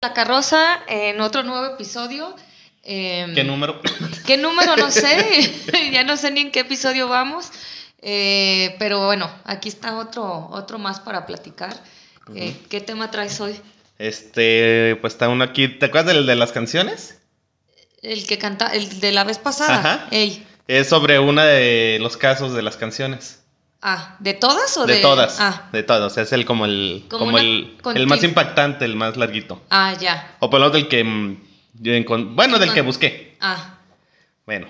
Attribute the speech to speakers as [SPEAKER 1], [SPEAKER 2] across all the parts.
[SPEAKER 1] La carroza en otro nuevo episodio. Eh,
[SPEAKER 2] ¿Qué número?
[SPEAKER 1] ¿Qué número? No sé. ya no sé ni en qué episodio vamos. Eh, pero bueno, aquí está otro, otro más para platicar. Eh,
[SPEAKER 2] Ujú.
[SPEAKER 1] ¿Qué tema traes hoy?
[SPEAKER 2] Este, pues está uno aquí. ¿Te acuerdas del de las canciones?
[SPEAKER 1] El que canta, el de la vez pasada.
[SPEAKER 2] Ajá.
[SPEAKER 1] Ey.
[SPEAKER 2] Es sobre una de los casos de las canciones.
[SPEAKER 1] Ah, ¿de todas o de,
[SPEAKER 2] De todas.
[SPEAKER 1] Ah,
[SPEAKER 2] De todas. Es el como el,
[SPEAKER 1] Como
[SPEAKER 2] como,
[SPEAKER 1] una
[SPEAKER 2] el,
[SPEAKER 1] continu-
[SPEAKER 2] el más impactante, el más larguito.
[SPEAKER 1] ah, ya.
[SPEAKER 2] O por lo menos del que. mm, yo encon- Bueno, del que
[SPEAKER 1] Ah.
[SPEAKER 2] busqué.
[SPEAKER 1] Ah,
[SPEAKER 2] Bueno.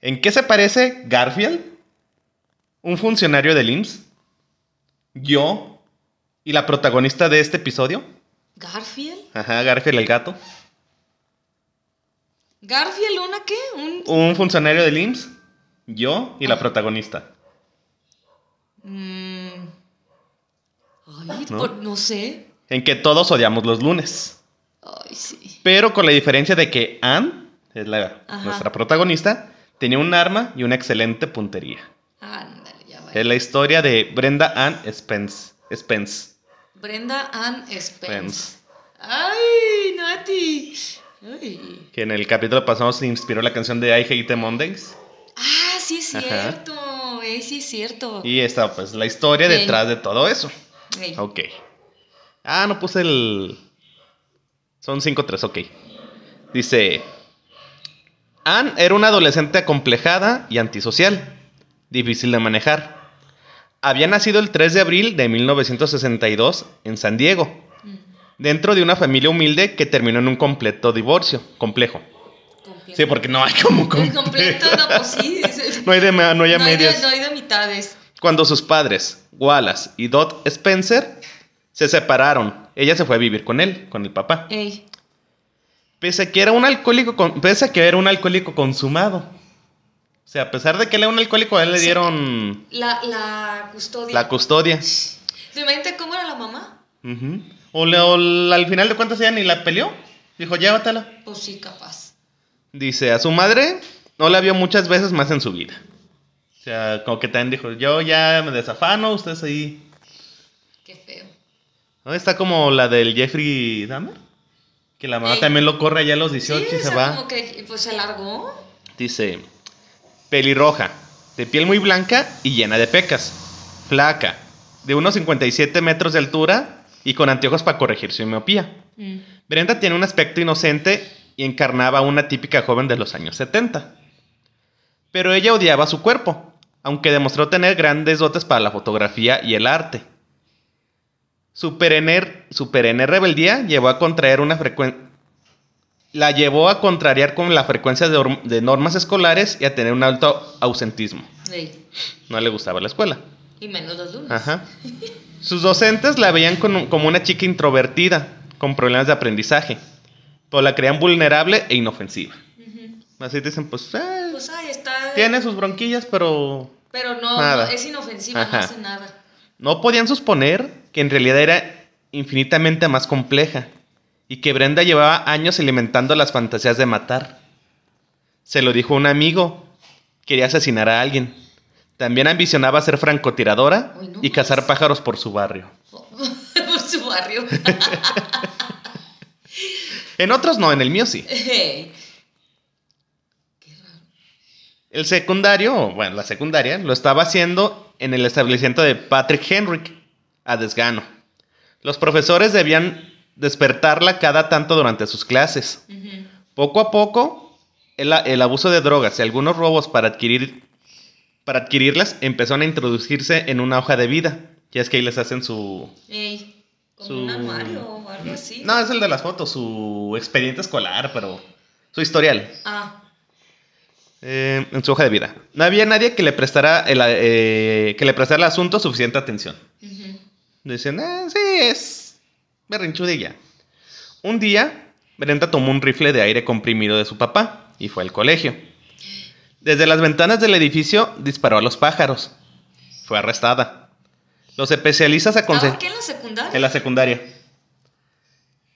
[SPEAKER 2] ¿En qué se parece Garfield? Un funcionario del IMSS. Yo. Y la protagonista de este episodio.
[SPEAKER 1] Garfield.
[SPEAKER 2] Ajá, Garfield el gato.
[SPEAKER 1] ¿Garfield una qué? Un.
[SPEAKER 2] Un funcionario del IMSS. Yo y la
[SPEAKER 1] Ah.
[SPEAKER 2] protagonista.
[SPEAKER 1] Mm. Ay, por- ¿No?
[SPEAKER 2] ¿No?
[SPEAKER 1] sé.
[SPEAKER 2] En que todos odiamos los lunes.
[SPEAKER 1] Ay, sí.
[SPEAKER 2] Pero con la diferencia de que Anne, es la,
[SPEAKER 1] Ajá.
[SPEAKER 2] nuestra protagonista, tenía un arma y una excelente puntería.
[SPEAKER 1] Ándale, ya va.
[SPEAKER 2] Es la historia de Brenda Ann Spence. Spence.
[SPEAKER 1] Brenda Ann Spence.
[SPEAKER 2] Spence.
[SPEAKER 1] ¡Ay, Nati! Ay.
[SPEAKER 2] Que en el capítulo pasado se inspiró la canción de I Hate Mondays.
[SPEAKER 1] Ah, sí es
[SPEAKER 2] Ajá.
[SPEAKER 1] cierto. Ey, sí es cierto.
[SPEAKER 2] Y esta, pues, la historia
[SPEAKER 1] Sí.
[SPEAKER 2] detrás de todo eso.
[SPEAKER 1] Ey.
[SPEAKER 2] Ok. Ah, no puse el. Son 5-3, ok. Dice. Anne era una adolescente acomplejada y antisocial, difícil de manejar. Había nacido el 3 de abril de 1962 en San Diego,
[SPEAKER 1] Mm,
[SPEAKER 2] dentro de una familia humilde que terminó en un completo divorcio, complejo.
[SPEAKER 1] completo.
[SPEAKER 2] Sí, porque no hay como
[SPEAKER 1] El
[SPEAKER 2] completo.
[SPEAKER 1] completo, no, pues sí. es-
[SPEAKER 2] No hay de, ma- no hay a
[SPEAKER 1] no hay de-
[SPEAKER 2] medias.
[SPEAKER 1] no hay de mitades.
[SPEAKER 2] Cuando sus padres, Wallace y Dot Spencer, se separaron, ella se fue a vivir con él, con el papá.
[SPEAKER 1] Ey.
[SPEAKER 2] Pese a que era un alcohólico, con- pese a que era un alcohólico consumado. O sea, a pesar de que él era un alcohólico, a él le
[SPEAKER 1] Sí.
[SPEAKER 2] dieron
[SPEAKER 1] La, la custodia.
[SPEAKER 2] la custodia.
[SPEAKER 1] ¿Te imaginas cómo era la mamá?
[SPEAKER 2] Ujú. o, le- o l- al final de cuentas ella ni la peleó. Dijo, llévatela.
[SPEAKER 1] Pues sí, capaz.
[SPEAKER 2] Dice, a su madre no la vio muchas veces más en su vida. O sea, como que también dijo, yo ya me desafano, ustedes ahí.
[SPEAKER 1] Qué feo.
[SPEAKER 2] ¿No? Está como la del Jeffrey Dahmer. Que la mamá
[SPEAKER 1] Ey.
[SPEAKER 2] también lo corre allá a los
[SPEAKER 1] Sí,
[SPEAKER 2] 18
[SPEAKER 1] o
[SPEAKER 2] y se
[SPEAKER 1] sea,
[SPEAKER 2] va.
[SPEAKER 1] como que pues se largó.
[SPEAKER 2] Dice, pelirroja, de piel muy blanca y llena de pecas. Flaca, de unos 57 metros de altura y con anteojos para corregir su miopía.
[SPEAKER 1] Mm.
[SPEAKER 2] Brenda tiene un aspecto inocente y encarnaba a una típica joven de los años 70. Pero ella odiaba su cuerpo, aunque demostró tener grandes dotes para la fotografía y el arte. Su perenne, su perenne rebeldía llevó a contraer una frecuen- la llevó a contrariar con la frecuencia de, orm- de normas escolares y a tener un alto ausentismo.
[SPEAKER 1] Ey.
[SPEAKER 2] No le gustaba la escuela.
[SPEAKER 1] Y menos los lunes.
[SPEAKER 2] Ajá. Sus docentes la veían con- como una chica introvertida, con problemas de aprendizaje, pero la creían vulnerable e inofensiva.
[SPEAKER 1] Ujú.
[SPEAKER 2] Así dicen, pues, eh,
[SPEAKER 1] Pues ahí está.
[SPEAKER 2] tiene sus bronquillas, pero
[SPEAKER 1] Pero no,
[SPEAKER 2] Nada.
[SPEAKER 1] no, es inofensiva,
[SPEAKER 2] Ajá.
[SPEAKER 1] no hace nada.
[SPEAKER 2] no podían suponer que en realidad era infinitamente más compleja y que Brenda llevaba años alimentando las fantasías de matar. Se lo dijo un amigo, quería asesinar a alguien. También ambicionaba ser francotiradora
[SPEAKER 1] Uy, no
[SPEAKER 2] y cazar
[SPEAKER 1] más.
[SPEAKER 2] pájaros por su barrio.
[SPEAKER 1] Por su barrio.
[SPEAKER 2] En otros no, en el mío sí.
[SPEAKER 1] Ey. Qué raro.
[SPEAKER 2] El secundario, o, bueno, la secundaria, lo estaba haciendo en el establecimiento de Patrick Henrik, a desgano. Los profesores debían despertarla cada tanto durante sus clases.
[SPEAKER 1] Ujú.
[SPEAKER 2] Poco a poco, el, a- el abuso de drogas y algunos robos para, adquirir, para adquirirlas empezaron a introducirse en una hoja de vida. Ya es que ahí les hacen su...
[SPEAKER 1] Ey, como
[SPEAKER 2] Su-
[SPEAKER 1] un armario o algo así.
[SPEAKER 2] No, es el de las fotos, su expediente escolar, pero su historial.
[SPEAKER 1] Ah,
[SPEAKER 2] Eh, en su hoja de vida. No había nadie que le prestara el, eh, que le prestara el asunto suficiente atención.
[SPEAKER 1] ujú.
[SPEAKER 2] Dicen, ah, sí, es berrinchuda y ya. Un día, Brenda tomó un rifle de aire comprimido de su papá y fue al colegio. Desde las ventanas del edificio disparó a los pájaros. Fue arrestada. Los especialistas
[SPEAKER 1] ¿Estaba
[SPEAKER 2] aconsejaron...
[SPEAKER 1] aquí en Ah, la secundaria?
[SPEAKER 2] En la secundaria.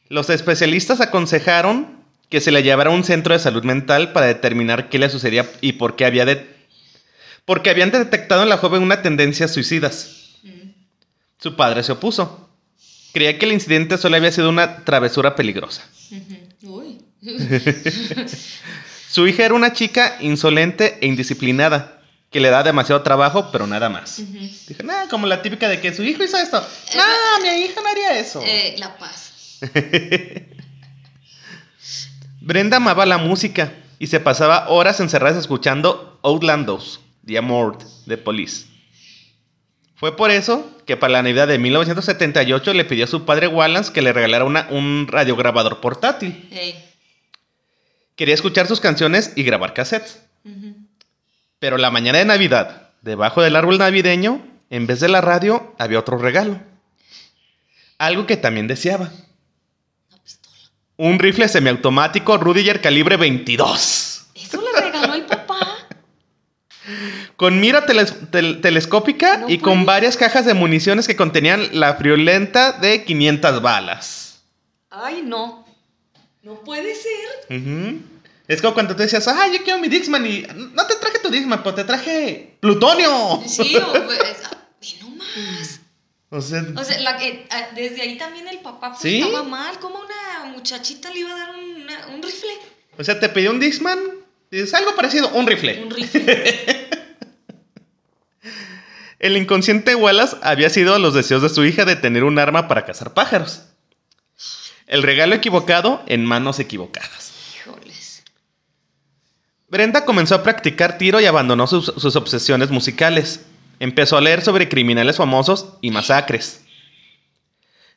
[SPEAKER 2] Los especialistas aconsejaron que se le llevara a un centro de salud mental para determinar qué le sucedía y por qué había de... Porque habían detectado en la joven una tendencia a suicidas.
[SPEAKER 1] Mm.
[SPEAKER 2] Su padre se opuso. Creía que el incidente solo había sido una travesura peligrosa.
[SPEAKER 1] Ujú. Uy.
[SPEAKER 2] Su hija era una chica insolente e indisciplinada, que le da demasiado trabajo, pero nada más.
[SPEAKER 1] Ujú.
[SPEAKER 2] Dije, nada, como la típica de que su hijo hizo esto. No, mi hija no haría eso.
[SPEAKER 1] Eh, la paz.
[SPEAKER 2] Brenda amaba la música y se pasaba horas encerradas escuchando Outlandos, The Amored, de Police. Fue por eso que para la Navidad de 1978 le pidió a su padre Wallace que le regalara una- un radiograbador portátil.
[SPEAKER 1] Ey.
[SPEAKER 2] Quería escuchar sus canciones y grabar cassettes.
[SPEAKER 1] Ujú.
[SPEAKER 2] Pero la mañana de Navidad, debajo del árbol navideño, en vez de la radio, había otro regalo. Algo que también deseaba.
[SPEAKER 1] Una pistola.
[SPEAKER 2] Un rifle semiautomático Rudiger calibre 22.
[SPEAKER 1] Eso le regaló el papá.
[SPEAKER 2] Con mira teles- tel- telescópica
[SPEAKER 1] No
[SPEAKER 2] y
[SPEAKER 1] puede
[SPEAKER 2] con
[SPEAKER 1] ser.
[SPEAKER 2] varias cajas de municiones que contenían la friolenta de 500 balas.
[SPEAKER 1] Ay, no. No puede ser.
[SPEAKER 2] Ujú. Es como cuando tú decías, ah, yo quiero mi Dixman y no te traje tu Dixman, pues te traje plutonio.
[SPEAKER 1] Sí, o, pues, ah, es- ve nomás.
[SPEAKER 2] O sea,
[SPEAKER 1] O sea, la que- ah, desde ahí también el papá pues,
[SPEAKER 2] ¿Sí?
[SPEAKER 1] estaba mal. ¿Cómo una muchachita le iba a dar una- un rifle?
[SPEAKER 2] o sea, te pedí un Dixman, y es algo parecido, un rifle.
[SPEAKER 1] Un rifle.
[SPEAKER 2] El inconsciente de Wallace había sido los deseos de su hija de tener un arma para cazar pájaros. El regalo equivocado en manos equivocadas.
[SPEAKER 1] Híjoles.
[SPEAKER 2] Brenda comenzó a practicar tiro y abandonó sus, sus obsesiones musicales. Empezó a leer sobre criminales famosos y masacres.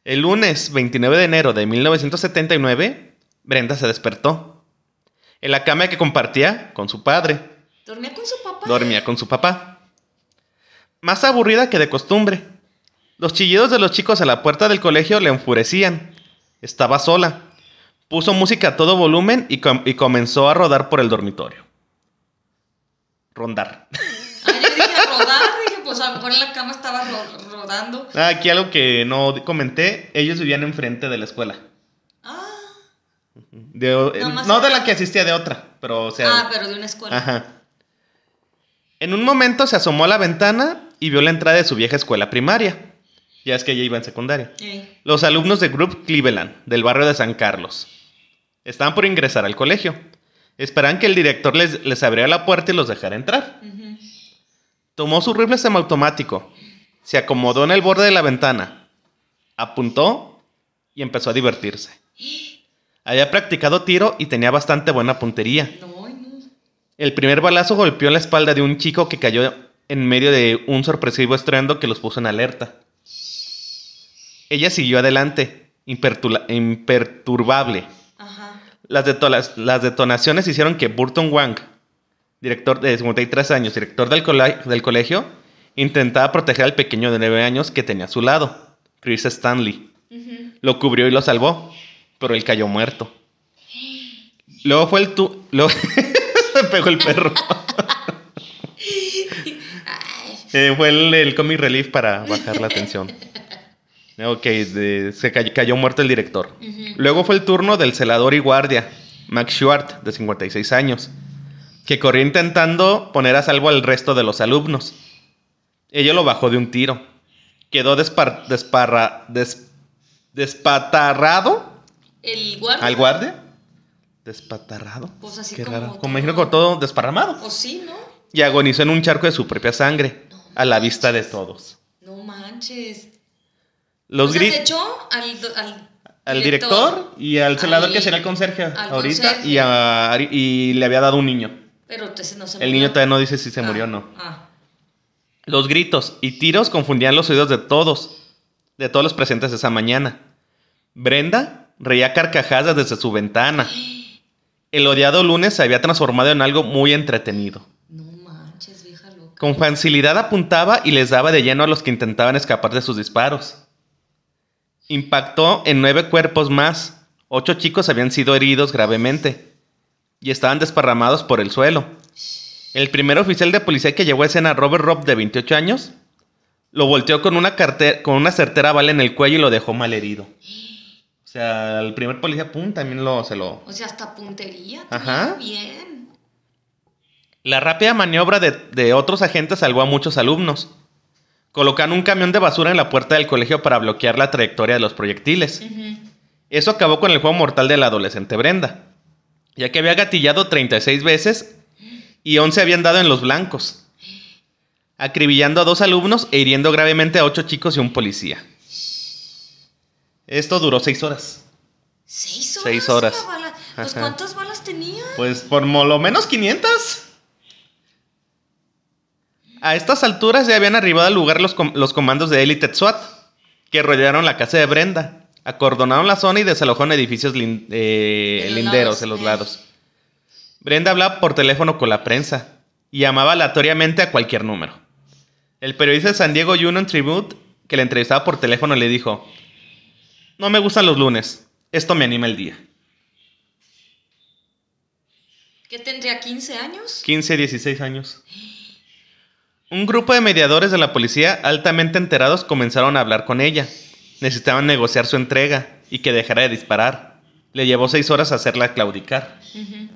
[SPEAKER 2] El lunes 29 de enero de 1979, Brenda se despertó. En la cama que compartía con su padre,
[SPEAKER 1] ¿Dormía con su papá?
[SPEAKER 2] dormía con su papá. Más aburrida que de costumbre. Los chillidos de los chicos a la puerta del colegio le enfurecían. Estaba sola. Puso música a todo volumen y, com- y comenzó a rodar por el dormitorio. Rondar.
[SPEAKER 1] Ah, yo dije rodar. Dije, pues a lo mejor en la cama estaba ro- rodando.
[SPEAKER 2] Ah, Aquí algo que no di- comenté, ellos vivían enfrente de la escuela.
[SPEAKER 1] Ah,
[SPEAKER 2] De o- eh,
[SPEAKER 1] Nada más
[SPEAKER 2] no de
[SPEAKER 1] era-
[SPEAKER 2] la que asistía, de otra, pero o sea...
[SPEAKER 1] ah pero de una escuela.
[SPEAKER 2] Ajá. En un momento se asomó a la ventana y vio la entrada de su vieja escuela primaria. Ya es que ella iba en secundaria.
[SPEAKER 1] Ey.
[SPEAKER 2] Los alumnos de Group Cleveland, del barrio de San Carlos, estaban por ingresar al colegio. Esperaban que el director les, les abriera la puerta y los dejara entrar.
[SPEAKER 1] Ujú.
[SPEAKER 2] Tomó su rifle semiautomático, se acomodó en el borde de la ventana, apuntó y empezó a divertirse. Había practicado tiro y tenía bastante buena puntería.
[SPEAKER 1] No, ay, no.
[SPEAKER 2] El primer balazo golpeó en la espalda de un chico que cayó en medio de un sorpresivo estruendo que los puso en alerta. Ella siguió adelante, impertula- imperturbable.
[SPEAKER 1] Ajá.
[SPEAKER 2] Las, deto- las- las detonaciones hicieron que Burton Wang, director de 53 años, director del, cola- del colegio, intentaba proteger al pequeño de 9 años que tenía a su lado, Chris Stanley.
[SPEAKER 1] Ujú.
[SPEAKER 2] Lo cubrió y lo salvó, pero él cayó muerto. Luego fue el tu... luego- Se pegó el perro.
[SPEAKER 1] Ay,
[SPEAKER 2] Eh, fue el, el comic relief para bajar la tensión. Ok, de- se cay- cayó muerto el director.
[SPEAKER 1] ujú.
[SPEAKER 2] Luego fue el turno del celador y guardia, Max Schwartz, de 56 años, que corrió intentando poner a salvo al resto de los alumnos. Ella lo bajó de un tiro. Quedó despar- desparra- des- despatarrado
[SPEAKER 1] El guardia.
[SPEAKER 2] al guardia. ¿Despatarrado?
[SPEAKER 1] Pues así
[SPEAKER 2] Qué
[SPEAKER 1] como
[SPEAKER 2] raro.
[SPEAKER 1] todo.
[SPEAKER 2] Como imagino con todo desparramado.
[SPEAKER 1] Pues sí, ¿no?
[SPEAKER 2] Y agonizó en un charco de su propia sangre, a la vista de todos.
[SPEAKER 1] No manches.
[SPEAKER 2] Los
[SPEAKER 1] O sea,
[SPEAKER 2] gri-
[SPEAKER 1] se echó al, do- al,
[SPEAKER 2] al director y al celador
[SPEAKER 1] al-
[SPEAKER 2] que será el conserje
[SPEAKER 1] al
[SPEAKER 2] ahorita
[SPEAKER 1] conserje.
[SPEAKER 2] Y, a Ari- y le había dado un niño.
[SPEAKER 1] Pero entonces no se
[SPEAKER 2] El niño todavía no dice si se murió o no.
[SPEAKER 1] Ah,
[SPEAKER 2] Los gritos y tiros confundían los oídos de todos, de todos los presentes esa mañana. Brenda reía carcajadas desde su ventana. El odiado lunes se había transformado en algo muy entretenido.
[SPEAKER 1] no manches, vieja loca.
[SPEAKER 2] Con facilidad apuntaba y les daba de lleno a los que intentaban escapar de sus disparos. Impactó en nueve cuerpos más. Ocho chicos habían sido heridos gravemente y estaban desparramados por el suelo. El primer oficial de policía que llegó a escena, Robert Robb, de 28 años, lo volteó con una, carte- con una certera bala en el cuello y lo dejó malherido. O sea, el primer policía, pum, también lo, se lo,
[SPEAKER 1] O sea, hasta puntería.
[SPEAKER 2] Ajá.
[SPEAKER 1] Ajá. Bien.
[SPEAKER 2] La rápida maniobra de, de otros agentes salvó a muchos alumnos. Colocaron un camión de basura en la puerta del colegio para bloquear la trayectoria de los proyectiles.
[SPEAKER 1] Ujú.
[SPEAKER 2] Eso acabó con el juego mortal de la adolescente Brenda, ya que había gatillado 36 veces y 11 habían dado en los blancos, acribillando a dos alumnos e hiriendo gravemente a ocho chicos y un policía. Esto duró seis horas.
[SPEAKER 1] ¿Seis horas?
[SPEAKER 2] Seis horas.
[SPEAKER 1] la bala? Pues,
[SPEAKER 2] Ajá.
[SPEAKER 1] ¿cuántas balas tenía?
[SPEAKER 2] Pues por mo- lo menos 500. A estas alturas ya habían arribado al lugar los, com- los comandos de élite SWAT, que rodearon la casa de Brenda, acordonaron la zona y desalojaron edificios lin- eh,
[SPEAKER 1] De los
[SPEAKER 2] linderos
[SPEAKER 1] lados,
[SPEAKER 2] de los
[SPEAKER 1] eh.
[SPEAKER 2] lados. Brenda hablaba por teléfono con la prensa y llamaba aleatoriamente a cualquier número. El periodista de San Diego Union Tribute, que la entrevistaba por teléfono, le dijo, no me gustan los lunes, esto me anima el día.
[SPEAKER 1] ¿Qué tendría? ¿15 años?
[SPEAKER 2] 15, 16 años. Un grupo de mediadores de la policía altamente enterados comenzaron a hablar con ella. Necesitaban negociar su entrega y que dejara de disparar. Le llevó seis horas hacerla claudicar.
[SPEAKER 1] Ujú.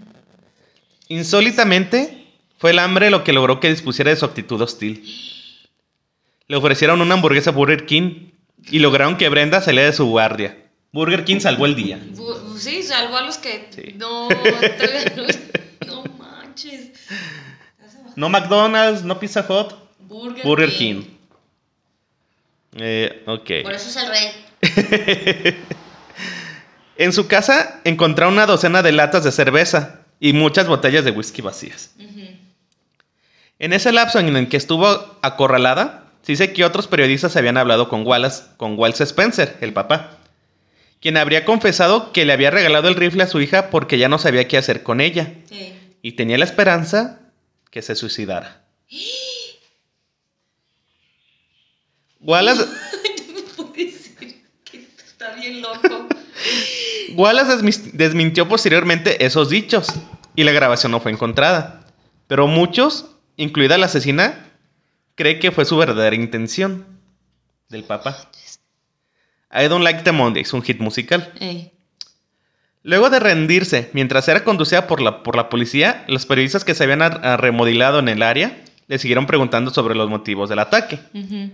[SPEAKER 2] Insólitamente, fue el hambre lo que logró que dispusiera de su actitud hostil. Le ofrecieron una hamburguesa Burger King y lograron que Brenda saliera de su guardia. Burger King salvó el día.
[SPEAKER 1] Bu- Sí, salvo a los que...
[SPEAKER 2] Sí.
[SPEAKER 1] No, todavía no, no manches.
[SPEAKER 2] No McDonald's, no Pizza Hut,
[SPEAKER 1] Burger,
[SPEAKER 2] Burger King. Eh, ok.
[SPEAKER 1] Por eso es el rey.
[SPEAKER 2] En su casa encontraron una docena de latas de cerveza y muchas botellas de whisky vacías.
[SPEAKER 1] Ujú.
[SPEAKER 2] En ese lapso en el que estuvo acorralada, se dice que otros periodistas habían hablado con Wallace, con Wallace Spencer, el papá, quien habría confesado que le había regalado el rifle a su hija porque ya no sabía qué hacer con ella
[SPEAKER 1] Sí.
[SPEAKER 2] y tenía la esperanza que se suicidara. Wallace,
[SPEAKER 1] Yo no puedo decir que esto está bien loco.
[SPEAKER 2] Wallace desmis- desmintió posteriormente esos dichos y la grabación no fue encontrada. Pero muchos, incluida la asesina, cree que fue su verdadera intención del papá. I Don't Like the Monday es un hit musical.
[SPEAKER 1] Ey.
[SPEAKER 2] Luego de rendirse, mientras era conducida por la, por la policía, los periodistas que se habían ar- ah, remodelado en el área le siguieron preguntando sobre los motivos del ataque.
[SPEAKER 1] Ujú.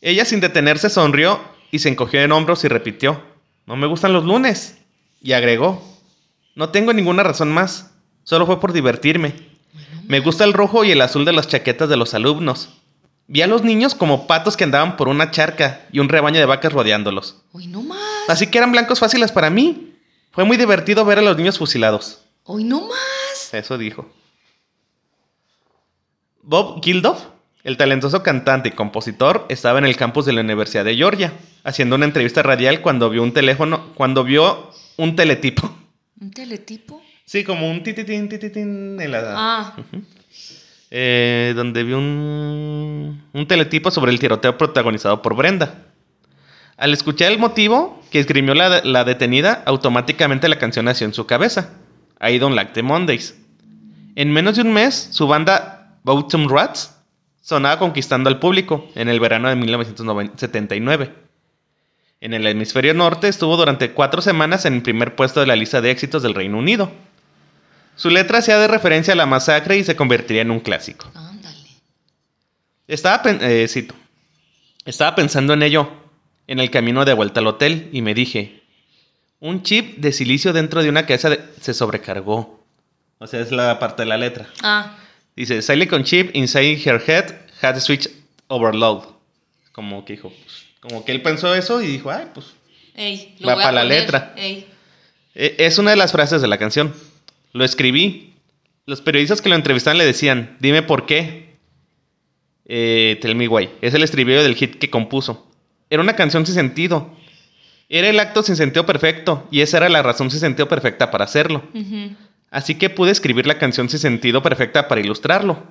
[SPEAKER 2] Ella sin detenerse sonrió y se encogió en hombros y repitió, no me gustan los lunes. Y agregó, no tengo ninguna razón más, solo fue por divertirme. Me gusta el rojo y el azul de las chaquetas de los alumnos. Vi a los niños como patos que andaban por una charca y un rebaño de vacas rodeándolos.
[SPEAKER 1] Hoy no más.
[SPEAKER 2] Así que eran blancos fáciles para mí. Fue muy divertido ver a los niños fusilados.
[SPEAKER 1] Hoy no más.
[SPEAKER 2] Eso dijo. Bob Geldof, el talentoso cantante y compositor, estaba en el campus de la Universidad de Georgia, haciendo una entrevista radial cuando vio un teléfono, cuando vio un teletipo.
[SPEAKER 1] ¿Un teletipo?
[SPEAKER 2] Sí, como un tititín, tititín en la...
[SPEAKER 1] Ah,
[SPEAKER 2] Ujú. Eh, donde vio un, un teletipo sobre el tiroteo protagonizado por Brenda. Al escuchar el motivo que esgrimió la, la detenida, automáticamente la canción nació en su cabeza. I Don't Like the Mondays. En menos de un mes, su banda Bottom Rats sonaba conquistando al público en el verano de 1979. En el hemisferio norte estuvo durante cuatro semanas en el primer puesto de la lista de éxitos del Reino Unido. Su letra hacía de referencia a la masacre y se convertiría en un clásico.
[SPEAKER 1] Ah, ándale.
[SPEAKER 2] Estaba, pen- eh, cito. Estaba pensando en ello en el camino de vuelta al hotel y me dije, un chip de silicio dentro de una cabeza de- se sobrecargó. O sea, es la parte de la letra.
[SPEAKER 1] Ah,
[SPEAKER 2] Dice, silicon chip inside her head had switch overload. Como que dijo, pues, como que él pensó eso y dijo, ay, pues
[SPEAKER 1] ey.
[SPEAKER 2] Va
[SPEAKER 1] voy a
[SPEAKER 2] pa' la
[SPEAKER 1] poner,
[SPEAKER 2] letra.
[SPEAKER 1] Ey.
[SPEAKER 2] Eh, Es una de las frases de la canción. Lo escribí. Los periodistas que lo entrevistaban le decían, dime por qué. Eh, tell me why. Es el estribillo del hit que compuso. Era una canción sin sentido. Era el acto sin sentido perfecto y esa era la razón sin sentido perfecta para hacerlo.
[SPEAKER 1] Ujú.
[SPEAKER 2] Así que pude escribir la canción sin sentido perfecta para ilustrarlo.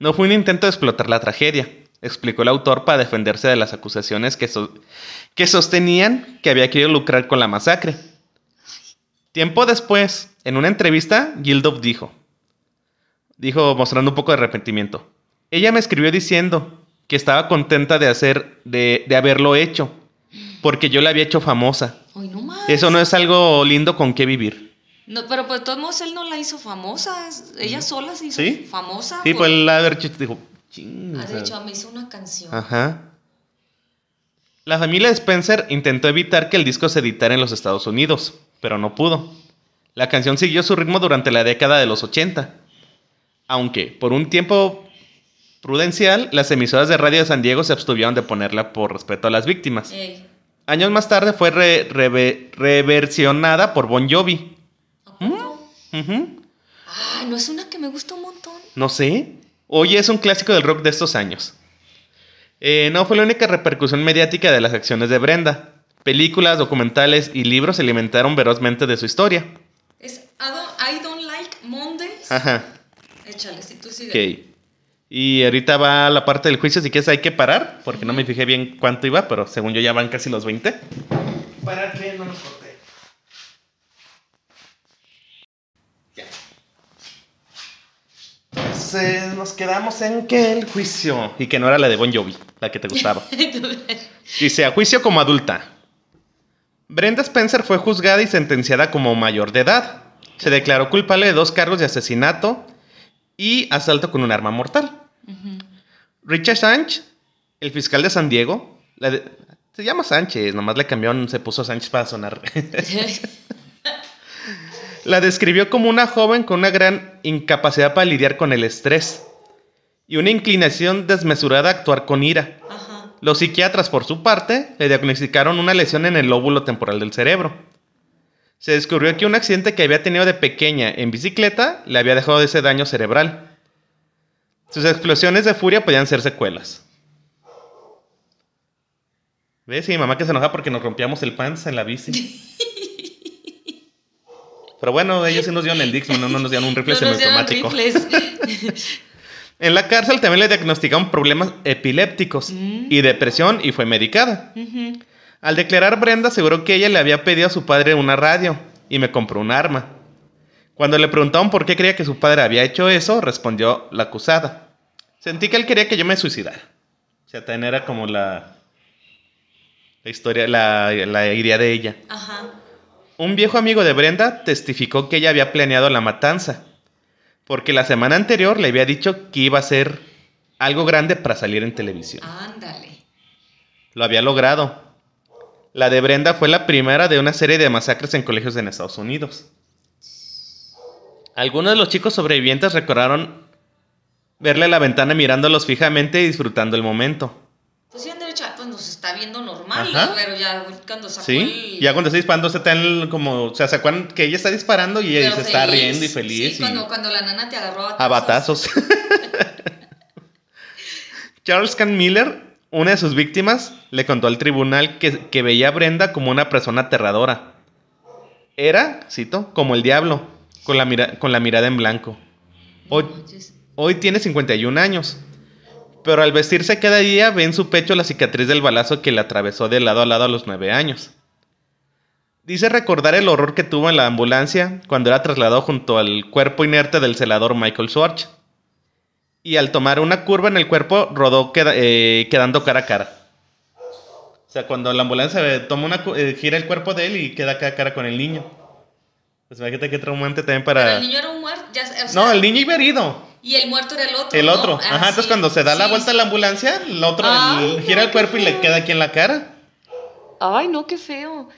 [SPEAKER 2] No fue un intento de explotar la tragedia, explicó el autor para defenderse de las acusaciones que, so- que sostenían que había querido lucrar con la masacre. Tiempo después, en una entrevista, Gildov dijo, dijo mostrando un poco de arrepentimiento, ella me escribió diciendo que estaba contenta de, hacer, de, de haberlo hecho, porque yo la había hecho famosa.
[SPEAKER 1] Hoy no más.
[SPEAKER 2] Eso no es algo lindo con qué vivir.
[SPEAKER 1] No, pero pues de todos modos él no la hizo famosa. Ella sola se hizo
[SPEAKER 2] Mm. Sí.
[SPEAKER 1] famosa.
[SPEAKER 2] Sí,
[SPEAKER 1] por-
[SPEAKER 2] pues el haber dicho, dijo, Ching, o
[SPEAKER 1] Ah,
[SPEAKER 2] sea,
[SPEAKER 1] de hecho, me hizo una canción.
[SPEAKER 2] Ajá. La familia Spencer intentó evitar que el disco se editara en los Estados Unidos, pero no pudo. La canción siguió su ritmo durante la década de los 80. Aunque, por un tiempo prudencial, las emisoras de radio de San Diego se abstuvieron de ponerla por respeto a las víctimas.
[SPEAKER 1] Ey,
[SPEAKER 2] Años más tarde fue re- reve- reversionada por Bon Jovi.
[SPEAKER 1] ¿a
[SPEAKER 2] ¿Mm?
[SPEAKER 1] poco?
[SPEAKER 2] Ujú.
[SPEAKER 1] Ah, no es una que me gusta un montón.
[SPEAKER 2] No sé. Hoy es un clásico del rock de estos años. Eh, no fue la única repercusión mediática de las acciones de Brenda. Películas, documentales y libros se alimentaron ferozmente de su historia.
[SPEAKER 1] Es I don't, I don't like Mondays.
[SPEAKER 2] Ajá,
[SPEAKER 1] Échale, si tú
[SPEAKER 2] Ah. ok.
[SPEAKER 1] sigues.
[SPEAKER 2] Y ahorita va la parte del juicio, si quieres hay que parar, porque no me fijé bien cuánto iba, pero según yo ya van casi los 20. Para que no nos corte. Ya. Entonces nos quedamos en que el juicio. Y que no era la de Bon Jovi, la que te gustaba. Dice, a juicio como adulta. Brenda Spencer fue juzgada y sentenciada como mayor de edad. Se declaró culpable de dos cargos de asesinato y asalto con un arma mortal.
[SPEAKER 1] Ujú.
[SPEAKER 2] Richard Sánchez, el fiscal de San Diego, la de- se llama Sánchez, nomás le cambiaron, se puso Sánchez para sonar. la describió como una joven con una gran incapacidad para lidiar con el estrés y una inclinación desmesurada a actuar con ira.
[SPEAKER 1] Ajá.
[SPEAKER 2] Los psiquiatras, por su parte, le diagnosticaron una lesión en el lóbulo temporal del cerebro. Se descubrió que un accidente que había tenido de pequeña en bicicleta le había dejado ese daño cerebral. Sus explosiones de furia podían ser secuelas. ¿Ves? Y mi mamá que se enoja porque nos rompíamos el pants en la bici. Pero bueno, ellos sí nos dieron el Dixman, no, no nos dieron un rifle
[SPEAKER 1] No nos dieron
[SPEAKER 2] semiautomático.
[SPEAKER 1] rifles.
[SPEAKER 2] En la cárcel también le diagnosticaron problemas epilépticos
[SPEAKER 1] Mm.
[SPEAKER 2] y depresión y fue medicada.
[SPEAKER 1] Ujú.
[SPEAKER 2] Al declarar Brenda aseguró que ella le había pedido a su padre una radio y me compró un arma. Cuando le preguntaron por qué creía que su padre había hecho eso, respondió la acusada. Sentí que él quería que yo me suicidara. O sea, también era como la, la historia, la, la idea de ella.
[SPEAKER 1] Ajá.
[SPEAKER 2] Un viejo amigo de Brenda testificó que ella había planeado la matanza, porque la semana anterior le había dicho que iba a hacer algo grande para salir en televisión.
[SPEAKER 1] Ándale.
[SPEAKER 2] Lo había logrado. La de Brenda fue la primera de una serie de masacres en colegios en Estados Unidos. Algunos de los chicos sobrevivientes recordaron verle a la ventana mirándolos fijamente y disfrutando el momento.
[SPEAKER 1] Pues yo derecho, ah, pues nos está viendo normal,
[SPEAKER 2] Ajá.
[SPEAKER 1] pero ya cuando sacó
[SPEAKER 2] ¿Sí?
[SPEAKER 1] el-
[SPEAKER 2] Ya cuando está disparando, se tan como. O sea, ¿se acuerdan que ella está disparando y ella
[SPEAKER 1] pero
[SPEAKER 2] se está
[SPEAKER 1] feliz.
[SPEAKER 2] riendo y feliz?
[SPEAKER 1] Sí,
[SPEAKER 2] y-
[SPEAKER 1] cuando, cuando la nana te agarró a
[SPEAKER 2] a batazos. Charles Can Miller, una de sus víctimas, le contó al tribunal que, que veía a Brenda como una persona aterradora. Era, cito, como el diablo, con la, mira- con la mirada en blanco. Hoy,
[SPEAKER 1] No manches.
[SPEAKER 2] hoy tiene 51 años, pero al vestirse cada día ve en su pecho la cicatriz del balazo que le atravesó de lado a lado a los 9 años. Dice recordar el horror que tuvo en la ambulancia cuando era trasladado junto al cuerpo inerte del celador Michael Schwartz. Y al tomar una curva en el cuerpo rodó queda- eh, quedando cara a cara. O sea, cuando la ambulancia eh, toma una cu- eh, gira el cuerpo de él y queda cara a cara con el niño. Pues imagínate qué traumante también
[SPEAKER 1] Pero
[SPEAKER 2] para...
[SPEAKER 1] el niño era un muerto. ya sé, o sea,
[SPEAKER 2] No, el niño iba herido.
[SPEAKER 1] Y el muerto era el otro.
[SPEAKER 2] El
[SPEAKER 1] ¿no?
[SPEAKER 2] otro.
[SPEAKER 1] Ah,
[SPEAKER 2] Ajá, entonces
[SPEAKER 1] sí.
[SPEAKER 2] cuando se da la
[SPEAKER 1] Sí,
[SPEAKER 2] vuelta a la ambulancia, el otro
[SPEAKER 1] Ay,
[SPEAKER 2] el-
[SPEAKER 1] no,
[SPEAKER 2] gira el
[SPEAKER 1] qué
[SPEAKER 2] cuerpo y le
[SPEAKER 1] feo.
[SPEAKER 2] queda aquí en la cara.
[SPEAKER 1] Ay, no, qué feo.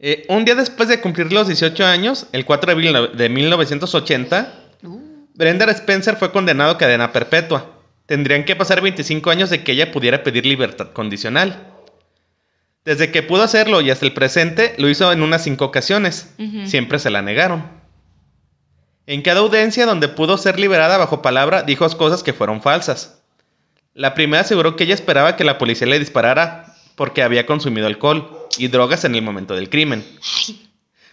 [SPEAKER 2] Eh, un día después de cumplir los 18 años, el 4 de mil- de 1980,
[SPEAKER 1] Uh,
[SPEAKER 2] Brenda Spencer fue condenado a cadena perpetua. Tendrían que pasar 25 años de que ella pudiera pedir libertad condicional. Desde que pudo hacerlo y hasta el presente, lo hizo en unas cinco ocasiones.
[SPEAKER 1] Ujú.
[SPEAKER 2] Siempre se la negaron. En cada audiencia donde pudo ser liberada bajo palabra, dijo cosas que fueron falsas. La primera aseguró que ella esperaba que la policía le disparara porque había consumido alcohol y drogas en el momento del crimen.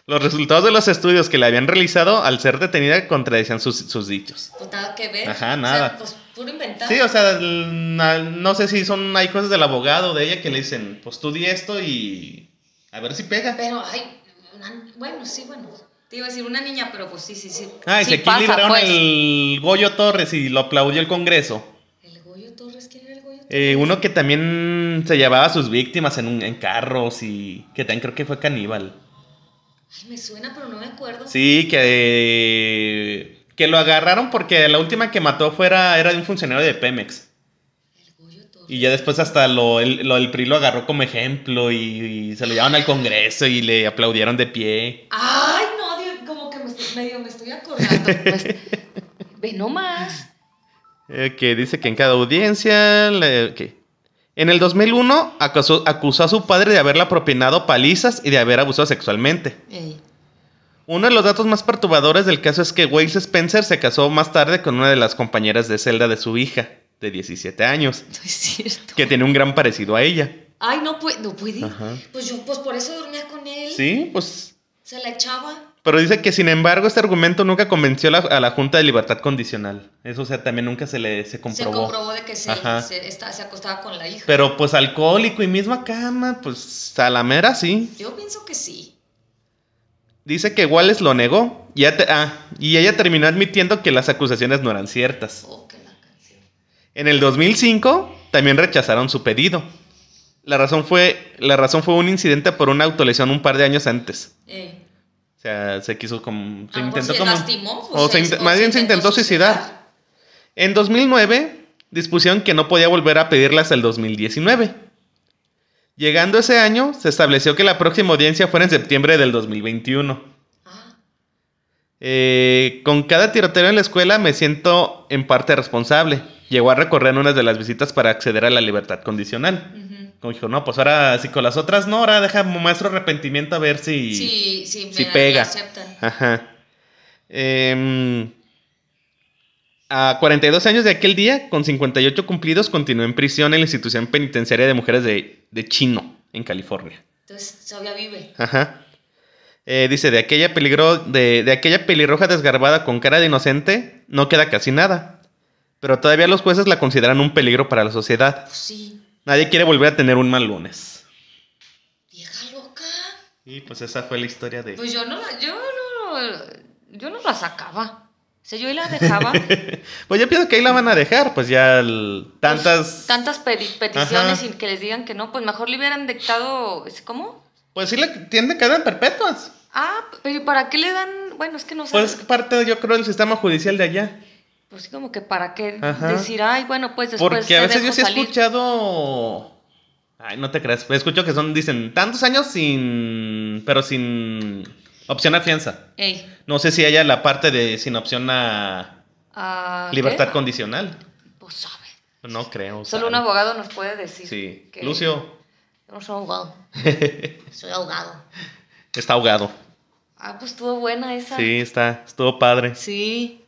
[SPEAKER 2] Los resultados de los estudios que le habían realizado al ser detenida contradecían sus, sus dichos.
[SPEAKER 1] pues nada que ver.
[SPEAKER 2] Ajá,
[SPEAKER 1] O sea,
[SPEAKER 2] nada.
[SPEAKER 1] pues puro inventado.
[SPEAKER 2] Sí, o sea, el- na- no sé si son hay cosas del abogado de ella que le dicen, pues tú di esto y a ver si pega.
[SPEAKER 1] Pero, ay, una- bueno, sí, bueno. Te iba a decir una niña, pero pues sí, sí, sí.
[SPEAKER 2] Ah, y
[SPEAKER 1] Sí
[SPEAKER 2] si aquí
[SPEAKER 1] pasa,
[SPEAKER 2] liberaron
[SPEAKER 1] pues.
[SPEAKER 2] el Goyo Torres y lo aplaudió el Congreso.
[SPEAKER 1] El Goyo Torres, ¿quién era el Goyo Torres?
[SPEAKER 2] Eh, uno que también se llevaba a sus víctimas en, un- en carros y que también creo que fue caníbal.
[SPEAKER 1] Ay, me suena, pero no me acuerdo.
[SPEAKER 2] Sí, que eh, Que lo agarraron porque la última que mató fuera, era de un funcionario de Pemex. Y ya después hasta lo, el, lo, el PRI lo agarró como ejemplo y, y se lo llevaron al Congreso y le aplaudieron de pie.
[SPEAKER 1] Ay, no, Dios, como que me estoy, medio me estoy acordando. Pues, ve nomás.
[SPEAKER 2] Eh, que dice que en cada audiencia... Le, okay. En el 2001 acusó, acusó, a su padre de haberla propinado palizas y de haber abusado sexualmente. Ey. Uno de los datos más perturbadores del caso es que Wales Spencer se casó más tarde con una de las compañeras de celda de su hija, de 17 años.
[SPEAKER 1] No es cierto.
[SPEAKER 2] Que tiene un gran parecido a ella.
[SPEAKER 1] Ay, no, puede, no puede. Ajá. Pues yo, pues por eso dormía con él.
[SPEAKER 2] Sí, pues.
[SPEAKER 1] Se la echaba.
[SPEAKER 2] Pero dice que sin embargo este argumento nunca convenció la, a la Junta de Libertad Condicional. Eso, o sea, también nunca se le se comprobó.
[SPEAKER 1] Se comprobó de que se, se, está, se, acostaba con la hija.
[SPEAKER 2] Pero pues alcohólico y misma cama, pues a la mera sí.
[SPEAKER 1] Yo pienso que sí.
[SPEAKER 2] Dice que Wallace lo negó y, te, ah, y ella terminó admitiendo que las acusaciones no eran ciertas.
[SPEAKER 1] Oh, qué la canción.
[SPEAKER 2] En el 2005 también rechazaron su pedido. La razón fue, la razón fue un incidente por una autolesión un par de años antes.
[SPEAKER 1] Eh.
[SPEAKER 2] O sea, se quiso como.
[SPEAKER 1] Se ah, intentó se como, lastimó,
[SPEAKER 2] pues o se, se, más bien se intentó suicidar. suicidar. En 2009 dispusieron que no podía volver a pedirla hasta el 2019. Llegando ese año, se estableció que la próxima audiencia fuera en septiembre del 2021. Ah. Eh, con cada tiroteo en la escuela me siento en parte responsable. Llegó a recorrer una de las visitas para acceder a la libertad condicional. Uh -huh como dijo, no, pues ahora si con las otras no, ahora deja muestro arrepentimiento a ver si,
[SPEAKER 1] sí, sí,
[SPEAKER 2] si pega.
[SPEAKER 1] Aceptan.
[SPEAKER 2] Ajá. Eh, a 42 años de aquel día, con 58 cumplidos, continuó en prisión en la institución penitenciaria de mujeres de, de Chino, en California.
[SPEAKER 1] Entonces, todavía vive.
[SPEAKER 2] Ajá. Eh, dice, de aquella, peligro, de, de aquella pelirroja desgarbada con cara de inocente, no queda casi nada. Pero todavía los jueces la consideran un peligro para la sociedad.
[SPEAKER 1] Pues sí.
[SPEAKER 2] Nadie quiere volver a tener un mal lunes.
[SPEAKER 1] Vieja loca.
[SPEAKER 2] Y pues esa fue la historia de.
[SPEAKER 1] Pues yo no la, yo no, yo no la sacaba. O sea, yo ahí la dejaba.
[SPEAKER 2] pues yo pienso que ahí la van a dejar, pues ya el, tantas. Pues,
[SPEAKER 1] tantas peticiones sin que les digan que no, pues mejor le hubieran dictado. ¿Cómo?
[SPEAKER 2] Pues sí, le tienen cadenas perpetuas.
[SPEAKER 1] Ah, pero ¿para qué le dan? Bueno, es que no sé.
[SPEAKER 2] Pues parte, yo creo, del sistema judicial de allá
[SPEAKER 1] pues sí, como que para qué Ajá. decir, ay, bueno, pues
[SPEAKER 2] después Porque a veces yo sí he escuchado. Ay, no te creas. Escucho que son, dicen, tantos años sin. Pero sin. Opción a fianza.
[SPEAKER 1] Ey.
[SPEAKER 2] No sé si haya la parte de sin opción a.
[SPEAKER 1] ¿A Ah,
[SPEAKER 2] libertad qué? condicional.
[SPEAKER 1] Pues sabe.
[SPEAKER 2] No creo.
[SPEAKER 1] Solo sabe. un abogado nos puede decir.
[SPEAKER 2] Sí. Que Lucio.
[SPEAKER 1] Yo no soy abogado. soy ahogado.
[SPEAKER 2] Está ahogado.
[SPEAKER 1] Ah, pues estuvo buena esa.
[SPEAKER 2] Sí, está. Estuvo padre.
[SPEAKER 1] Sí.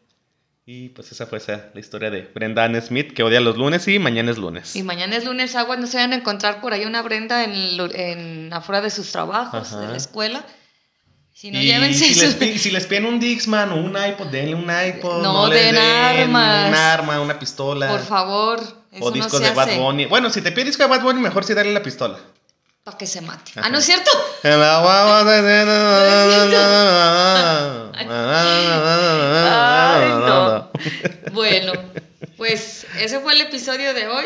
[SPEAKER 2] Y pues esa fue esa, la historia de Brenda Ann Smith, que odia los lunes y mañana es lunes.
[SPEAKER 1] Y mañana es lunes, aguas, no se van a encontrar por ahí una Brenda en, en afuera de sus trabajos, Ajá. de la escuela. Si no, llévense
[SPEAKER 2] si,
[SPEAKER 1] sus...
[SPEAKER 2] les, si les piden un Dixman o un iPod, denle un iPod.
[SPEAKER 1] No, no den, den, armas.
[SPEAKER 2] Un arma, una pistola.
[SPEAKER 1] Por favor.
[SPEAKER 2] Eso o discos no se de Bad Bunny. Hace. Bueno, si te pide disco de Bad Bunny, mejor sí darle la pistola.
[SPEAKER 1] Para que se mate. Ajá. Ah, ¿no es cierto?
[SPEAKER 2] Ay,
[SPEAKER 1] no. Bueno, pues ese fue el episodio de hoy.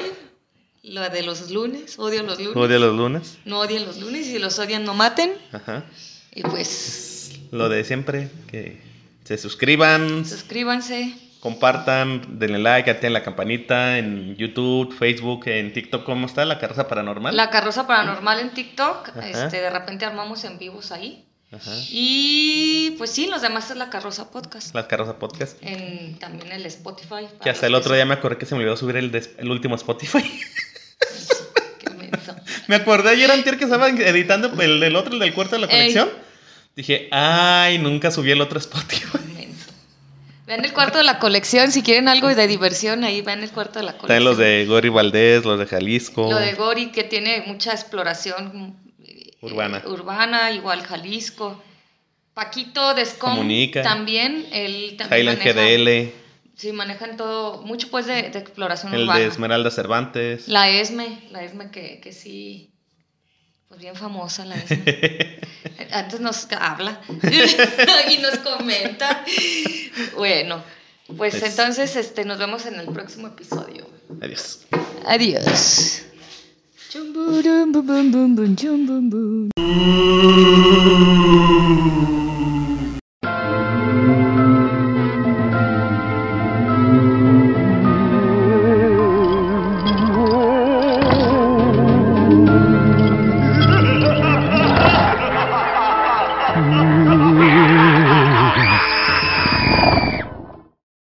[SPEAKER 1] Lo de los lunes. Odio los lunes.
[SPEAKER 2] Odio los lunes.
[SPEAKER 1] No odien los lunes. Si los odian, no maten.
[SPEAKER 2] Ajá.
[SPEAKER 1] Y pues.
[SPEAKER 2] Lo de siempre. Que se suscriban.
[SPEAKER 1] Suscríbanse.
[SPEAKER 2] Compartan, denle like, activen la campanita en YouTube, Facebook, en TikTok. ¿Cómo está la carroza paranormal?
[SPEAKER 1] La carroza paranormal en TikTok. Ajá. Este, de repente armamos en vivos ahí. Ajá. Y pues sí, los demás es la Carroza Podcast.
[SPEAKER 2] La Carroza Podcast.
[SPEAKER 1] En, también el Spotify.
[SPEAKER 2] Que hasta el otro día me acordé que se me olvidó subir el, des, el último Spotify.
[SPEAKER 1] Qué menso.
[SPEAKER 2] me acordé ayer antier que estaba editando el, el otro, el del cuarto de la colección. Ey. Dije, ay, nunca subí el otro Spotify.
[SPEAKER 1] Menso. Vean el cuarto de la colección, si quieren algo de diversión, ahí vean el cuarto de la colección.
[SPEAKER 2] Están los de Gori Valdés, los de Jalisco.
[SPEAKER 1] Lo de Gori, que tiene mucha exploración
[SPEAKER 2] Urbana.
[SPEAKER 1] Eh, urbana, igual Jalisco. Paquito Descom
[SPEAKER 2] Comunica.
[SPEAKER 1] también, él también
[SPEAKER 2] Highland maneja, GDL.
[SPEAKER 1] Sí, manejan todo, mucho pues de, de exploración
[SPEAKER 2] el
[SPEAKER 1] urbana.
[SPEAKER 2] de Esmeralda Cervantes.
[SPEAKER 1] La ESME, la ESME que, que sí, pues bien famosa la ESME. Antes nos habla y nos comenta. Bueno, pues, pues entonces este, nos vemos en el próximo episodio.
[SPEAKER 2] Adiós.
[SPEAKER 1] Adiós. Jum boom boom boom boom boom boom boom boom.